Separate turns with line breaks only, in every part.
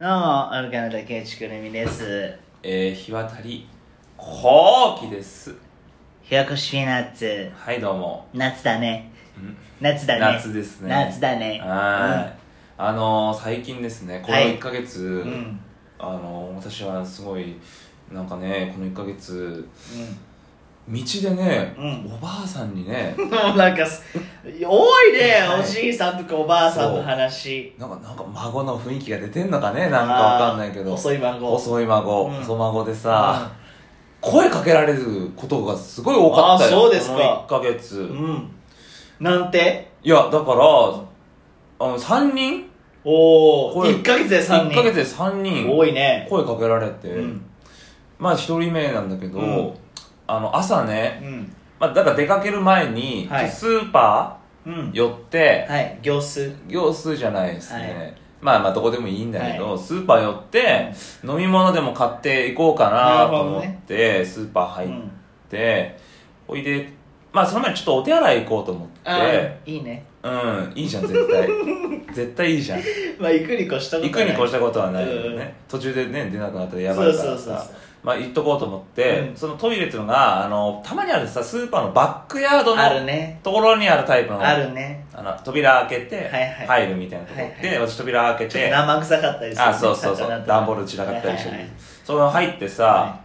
どうも、オルカの竹内くるみです。
えー、日渡り後期です
ひよこしピーナッツ。
はいどうも
夏だね。
ん
夏だね。
夏ですね
夏だね。
はい、あのー、最近ですねこの
はい
1ヶ月、
うん。うん。
あのー、私はすごいなんかねこの1ヶ月道でね、
うん
おばあさんに ね
うん。もうなんかす、多いね、
はい
おじいさんとかおばあさんの話。
なんかなんか孫の雰囲気が出てんのかねなんかわかんないけど
あー遅い孫。
遅い孫、
うん
遅孫でさ、声かけられることがすごい多かったよ
あーそうですか
この1ヶ月、
うん。なんて
いやだからあの3人
おお
これ
1ヶ月で3
1
人。
ヶ月で3人
多いね。
声かけられて、
うん。
まあ1人目なんだけど、
うん
あの朝ね、
うん。
まあ、だから出かける前に、
はい
スーパ
うん
ー。寄って、
はい、行数。
行数じゃないですね、
はい
まあまあどこでもいいんだけど、スーパー寄って飲み物でも買っていこうかなと思って、スーパー
う
入っ
ん。
て、おいでまあその前にちょっとお手洗い行こうと思
あ
って
ーいいね。
うんいいじゃん 絶対絶対いいじゃん
まあ、行くに越したこと
行く
ない。
に越したことはないよ
うん
ね、途中でね出なくなったらやばいからさ
そうそうそうそう
まあ行っとこうと思って、
うん
そのトイレっていうのがあのたまにあるさスーパーのバックヤード
ある
の
ね。
ところにあるタイプの
あるね。
あの扉開けて
はいはい
入るみたいなとこ、
はいはい
で私扉開け、
ちょってと生臭かったりする、ね。
あそうそうそう
魚とか
段ボール散らかったりしてる、
はいはいはい
その入ってさ、
は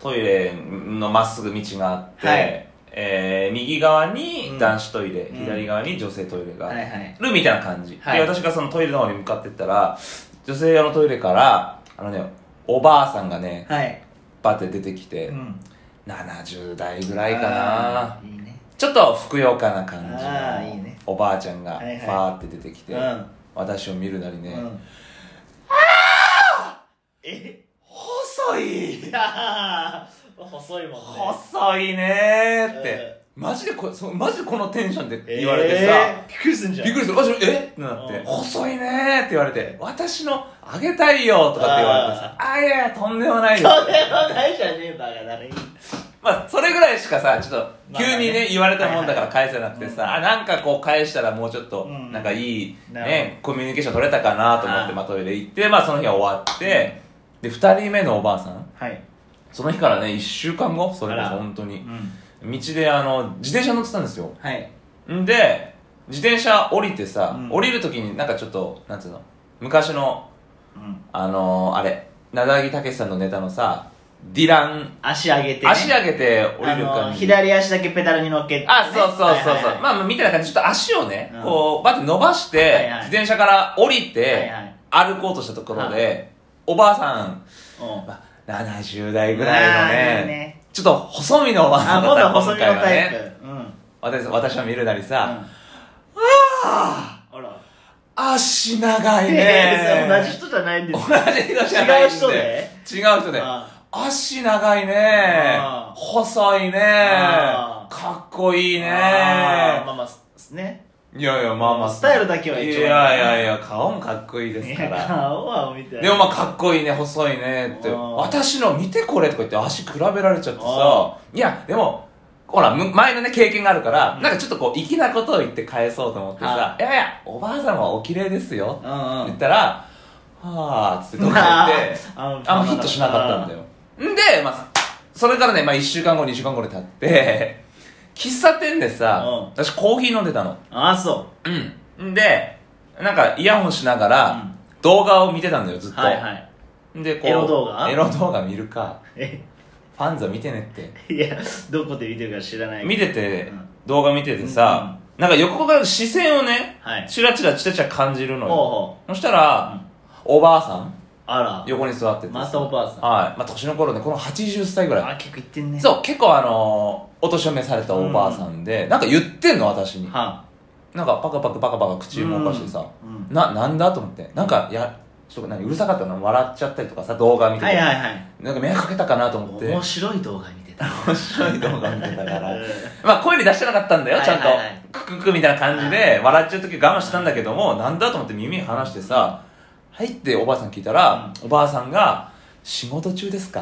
トイレのまっすぐ道があって、
はい
えー右側
う
に
ん
男子トイレ、
うん
左側に女性トイレがあっ
は
て
いはい。
るみたいな感じ、
はい
で私がそのトイレの方に向かってったら女性用のトイレからあのねおばあさんがね
はい。
バッて出てきて、
ん。
70代ぐらいかな
あーいいね。
ちょっとふくよかな感じ
あー
の
いいね
おばあちゃんが
は
フ
いはい
ァーって出てきて、
うん。
私を見るなりね、
うん。え
細
い
い
やー細いもんね。
細いねーって、
え
マジでこそうマジでこのテンションで
えー
言われてさ、
びっくりすんじゃん。
びっくりする私も「えっ?」てなって
うん
「細いね」って言われて「私のあげたいよ」とかって言われてさ「あいやいやとんでもないです」
それはないじゃねえバカだね。
まあそれぐらいしかさちょっと急に
まあね
ね言われたもんだから返せなくてさ、あなんかこう返したらもうちょっと
うん
なんかいい、
なる
ねコミュニケーション取れたかなと思っ
は
て
い
まあトイレ行ってまあその日は終わってで2人目のおばあさん
はい。
その日からね1週間後それこ
あら
そ本当
う
に
ん。
道であの自転車乗ってたんですよ
はい。
んで自転車降りてさ、
うん
降りる時になんかちょっとなんつうの昔の
うん。
あのー、あれ長木武さんのネタのさディラン
足上げて、ね。
足上げて降り
あ
る
の
感じ
左足だけペダルに乗っけて、ね。
あそうそうそうそう、
はいはいはい
まあまあみたいな感じでちょっと足をね、
うん
こうバッて伸ばして、
はいはい
自転車から降り
はい
て、
はい
歩こうとしたところで、
は
おばあさん、
うん
まあ、70代ぐらいの
あー
ね
いいね
ちょっと細身のおばあさ
あ、
ん
今度
だった
は細身の
今回は
タイプ
ね。
うん。うん
私私は見るなりさ、
あ
あ
ら。
あ足長い
え
ね
ー、同じ人じゃないんです
同
よ。
じ人じゃないん
違う人
で
ね
違う人で
あ
足長いね
あー
細いね
あー
かっこいいね
あーまあまあ、すね。
いやいやまあまあ
スタイルだけは一応
いやいやいや顔もかっこいいですか
いや
ら
顔は見てない。
でもまあかっこいいね細いねって
あー
私の見てこれとか言って足比べられちゃってさ
あ
いやでもほらむ前のね経験があるから、
うん
なんかちょっとこう粋なことを言って返そうと思って
は
さ「いやいやおばあさんはお綺麗ですよ」って
うんう
言っ
ん。
たら「はあ」っつってどっ
まあ
か行って。
あ
あんまヒットしなかったんだ
よ。
よ。んで、まあ、それからね、まあ、1週間後、2週間後で経って、喫茶店でさ、
うん
私コーヒー飲んでたの。
あ、そ
うん。んで、なんかイヤホンしなが
う。う
ら、
ん
動画を見てたんだよ、ずっと。
はいはい。
で、こう。
エロ動画
エロ動画見るか。
え、
ファンザ見てねって。
いや、どこで見てるか知らない
見
て、
てて、
うん
動画見ててさ、なんか横から視線をね、
はい。
チラチラチラチラ感じ
ほ
るの
う
よ。
ほう。
そしたら、おばあさん、
あら。
横に座っててさ。
またおばあさん。
はい。まあ、年の頃ね、この80歳ぐらい。
あ、結構行ってんね。
そう、結構あのー、お年を召されたおばあさんで、なんか言ってんの、私に。
は
なんかパカパカパカパカ口動かしてさ、
うん
な、なんだと思って。なんか、や、ちょっと何、うるさかったの笑っちゃったりとかさ、動画見てて。
はいはいはい。
なんか迷惑かけたかなと思って。
面白い動画見てた。
面白い動画見てたから
うん。
まあ、声に出してなかったんだよ、
はい
ちゃんと
はいはい。
クククみたいな感じで、笑っちゃう時我慢してたんだけども、なんだと思って耳離してさ、はいっておばあさん聞いたら、おばあさんが、仕事中ですか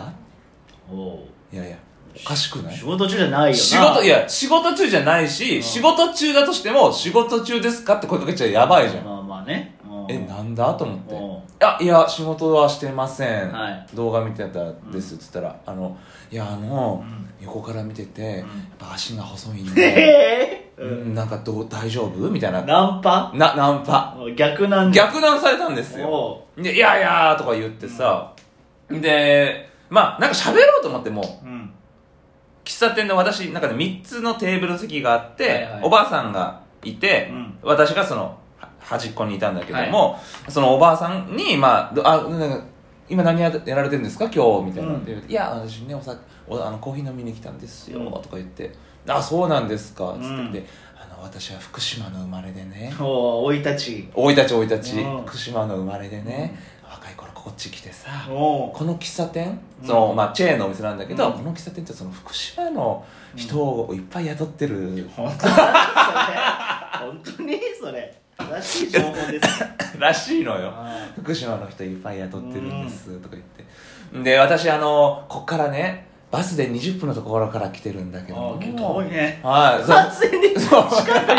おう
いやいや、おかしくない
仕事中じゃないよな。
仕事、いや、仕事中じゃないし、
うん
仕事中だとしても、仕事中ですかって声かけちゃやばいじゃん。
まあまあね。うん
えなんだと思って
おう
あいや仕事はしてません、
はい
動画見てたらですっつったら、あのいやあの、
うん
横から見てて、やっぱ足が細い んで、
ええ
うん、なんかどう大丈夫みたいなな
ナンパ
ナンパ
逆なんだ
逆談されたんですよ
おう
でいやいやーとか言ってさ、でまあなんか喋ろうと思ってもう
うん
喫茶店で私なんかね3つのテーブル席があって、
はいはい
おばあさんがいて、
うん
私がそのは端っこにいたんだけども、そのおばあさんに「まあ、どあなんか今何ややられてるんですか今日」みたいな、
うん
でいや私ねおさおあのコーヒー飲みに来たんですよ」
うん
とか言って「あそうなんですか」つって、
うん
であの私は福島の生まれでね
おう生い立ち
生い立ち生い立ち、
うん
福島の生まれでね、若い頃こっち来てさ、
おう
この喫茶店、
うん
そのまあ、チェーンのお店なんだけど、
うん
この喫茶店ってその福島の人をいっぱい雇ってる、
本当だそれ本当にそれ正しい情報です
らしいのよ
あ
福島の人いっぱい雇ってるんです、とか言ってで私あのこっからねバスで20分のところから来てるんだけ
ーあ
ども
ー結構多いね
はいそう
完全に近く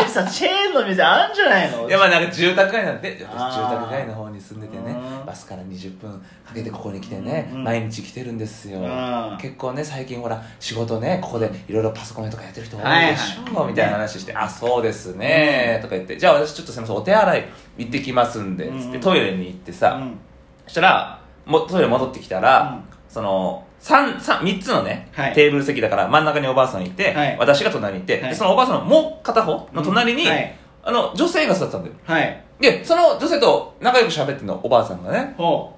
にさチェーンの店あるんじゃないの
いやまあなんか住宅街なんで私住
あー
宅街の方に住んでてね
うん
バスから20分かけてここに来てね、
うん
毎日来てるんですよ、
うん
結構ね最近ほら仕事ねここでいろいろパソコンとかやってる人多いでしょ、
はいはい
みたいな話して「あそうですね」とか言って「じゃあ私ちょっとすみませんお手洗い行ってきますんで」
うん
つってトイレに行ってさ、
うん
そしたらもトイレ戻ってきたら、
う
その 3, 三三つのね、
はい
テーブル席だから真ん中におばあさんいて、
はい
私が隣にいて、
はい
でそのおばあさんのもう片方の隣に、
うんはい
あの女性が座ってたんだよ
はい
でその女性と仲良く喋ってんのおばあさんがね
ほ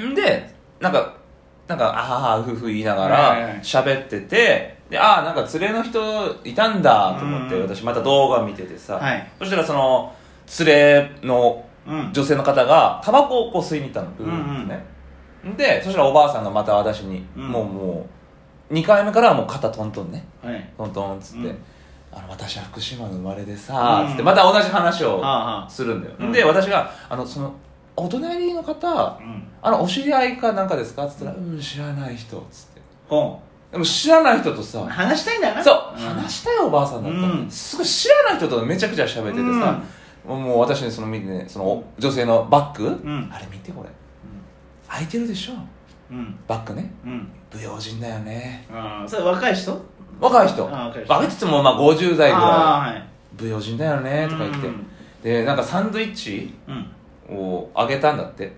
んでなんかなんかああ夫婦言いなが
はいはい
ら喋っててでああなんか連れの人いたんだと思って
うん
私また動画見ててさ、
はい
そしたらその連れの
ううん
女性の方がタバコをこう吸いに行ったの、
うんうん
ねでそしたらおばあさんがまた私に、
うん
もうもう2回目からはもう肩トントンね
はい
トントンっつって、
うん
あの私は福島の生まれでさ、
うん
つってまた同じ話を
あ
するんだよ、
うん
で私があのそのお隣の方
あうん
あのお知り合いかなんかですかっつったら「うん知らない人」っつって
ほ
でも知らない人とさ
う話したいんだよな
そう、
ん
話したいおばあさんだった、
うん
すごい知らない人とめちゃくちゃ喋っててさ、もう私にその見てねその女性のバッグ、
ん
あれ見てこれ開いてるでしょ
うんうん
バッグね
うん
不用心だよね
ああそれ若い人
若い人
あ若い人
若いって言ってもまあ50代ぐら
ああはい
い不用心だよねとか言って、
うん
でなんかサンドイッチ
うん
をあげたんだって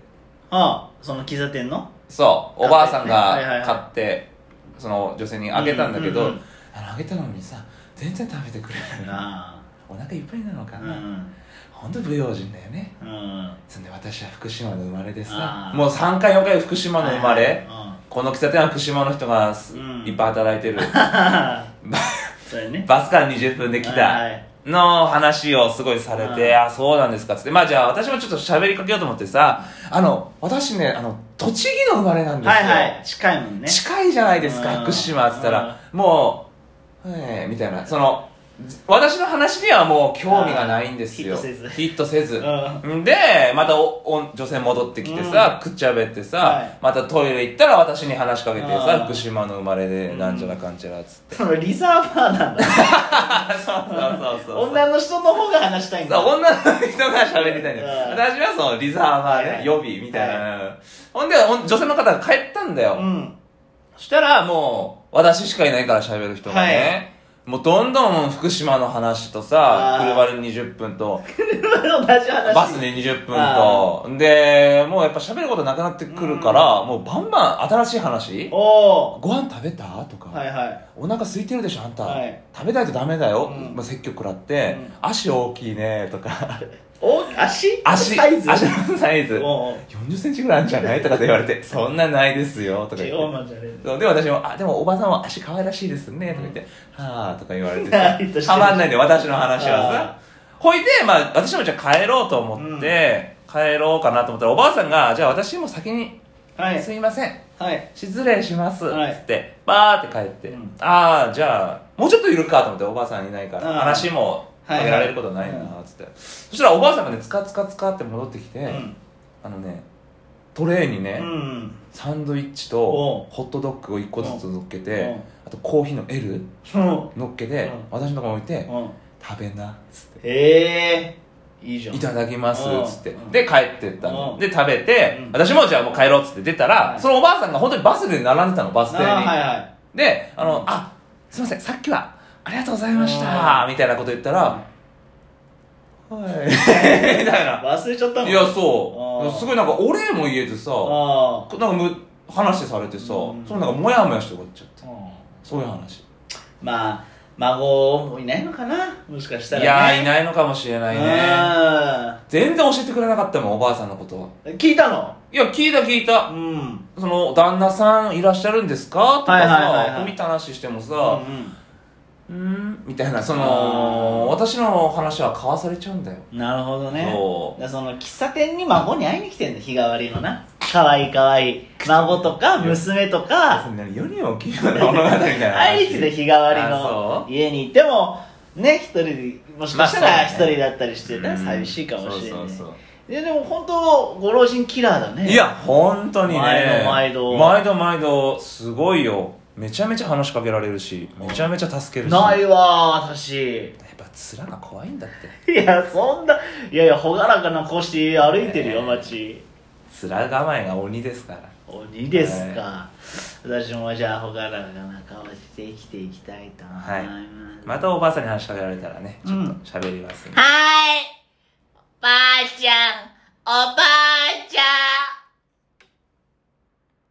ああその喫茶店の
そうおばあさ
買っ
ん
てねはいはい
が
はい
買ってその女性にあげたんだけ
うん
ど
うんうん
あのあげたのにさ全然食べてくれない
あ
お腹いっぱいなのか
あう
な、ほん、
ん
本当不用心だよね
うん
そんで私は福島の生まれでさ
あー
もう3回4回福島の生まれ、
は
この喫茶店は福島の人がす、
うん
いっぱい働いてる
いはい うんそれね
バスから20分で来た、
はいはい
の話をすごいされて、
うん
あ、そうなんですかっつって、まあじゃあ私もちょっと喋りかけようと思ってさ、あの、私ね、あの、栃木の生まれなんですよ。
はいはい近いもんね
近いじゃないです
う
か、
ん
福島っつったら、もう、ええみたいな、その、じ私の話にはもう興味がないんですよ。
うんヒットせず
ヒットせず。、
うん
で、またおお女性戻ってきてさ、くっちゃべってさ、
はい
またトイレ行ったら私に話しかけてさ、
うん
福島の生まれでなんちゃらかんちゃらっつって。
そのリザーバーなんだ
そうそう そうそう。
女の人の方が話したいんだ
そう、女の人が喋りたいんだよ。
うん
私はそのリザーバーね、
はい
予備みたいな。ほんで、ほん女性の方が帰ったんだよ。
うん
そしたらもう、私しかいないから喋る人がね。もうどんどん福島の話とさ
あ、ー
車で20分と、
同じ話
バスで20分
あ
と、で、もうやっぱ喋ることなくなってくるから、もうバンバン新しい話
おお
ご飯食べたとか、
はいはい
お腹空いてるでしょあんた、
はい
食べないとダメだよ、
うん
まあ、説教食らって、
うん
足大きいねとか
お 足
足
サイズ
足のサイズ
おうおう
40センチぐらいあるんじゃないとかって言われてそんなないですよとか
ジ
言
オー
って
マンじゃねえ
そうで私も「あでもおばさんは足可愛らしいですね」とか言って「はあ」とか言われ て
なりとして
たまんないで私の話はさ
あ
ほいで、まあ、私もじゃあ帰ろうと思って、帰ろうかなと思ったらおばあさんが「じゃあ私も先に、
は
す
い
いません
はい
失礼します」
はい
つってバーって帰って
う
「
ん
ああじゃあもうちょっといるか」と思っておばあさんいないから
あー
話も
はい
あげられることないなつって、そしたらおばあさんがねつかつかつかって戻ってきて、
うん
あのねトレーにね、
うん
サンドイッチ
お
と
う
ホットドッグを1個ずつ乗っけ
う
て
ん
あとコーヒーの L
うん
乗っけて
うん
私のとこに置いて
うん
「食べな」っつって
へえいいじゃん
いただきます
うん
つって
うん
で帰ってったの
うん
で食べて
うん
私もじゃあもう帰ろうっつって出た
は
ら
い
そのおばあさんが本当にバスで並んでたのバス
あ
停
ーはい
に
はい
であのあすいませんさっきはありがとうございましたみたいなこと言ったら はいみたいな
忘れちゃったの
いやそ
あ
う
ー
すごいなんかお礼も言えずさ
あ
なんかむ話されてさそ
うん
のなんかモヤモヤして終わっちゃった
あうん
そういう話
まあ孫もいないのかなもしかしたら、
い
ね、
やーいないのかもしれないね
ね
全然教えてくれなかったもんおばあさんのことは
聞いたの
いや聞いた聞いた
うん、うん
その旦那さんいらっしゃるんですかとか
はいはいはいは
さ
い
見た話しても
う
さ
ん
うんみたいなそ
あ
の
ー
私の話は交わされちゃうんだよ
なるほどね
そう
だからその喫茶店に孫に会いに来てんだ日替わりのな可愛い可愛い孫とか娘とか
4人を聞いたの物語みたいな話
会いに来てた日替わり
あ
の
そ
家にいてもね一人でもしかした
まあ
ら
そ
一
うだね
人だったりしてね、
うん
寂しいかもしれない
そうそうそう
いやでも本当ご老人キラーだね
いや本当にね
毎度毎度
毎度毎度すごいよめちゃめちゃ話しかけられるしめちゃめちゃ助けるし
ない
やっ
わ私
ぱ面が怖いんだって
いや、そんな、いやいや、朗らかな腰歩いてるよ、街。
面構えが鬼ですから
鬼ですか。私もじゃあ、朗らかな顔して生きていきたいと思います。
はいまたおばあさんに話しかけられたらねちょっと喋りますね、
はーい。ばあちゃん、おばあちゃん。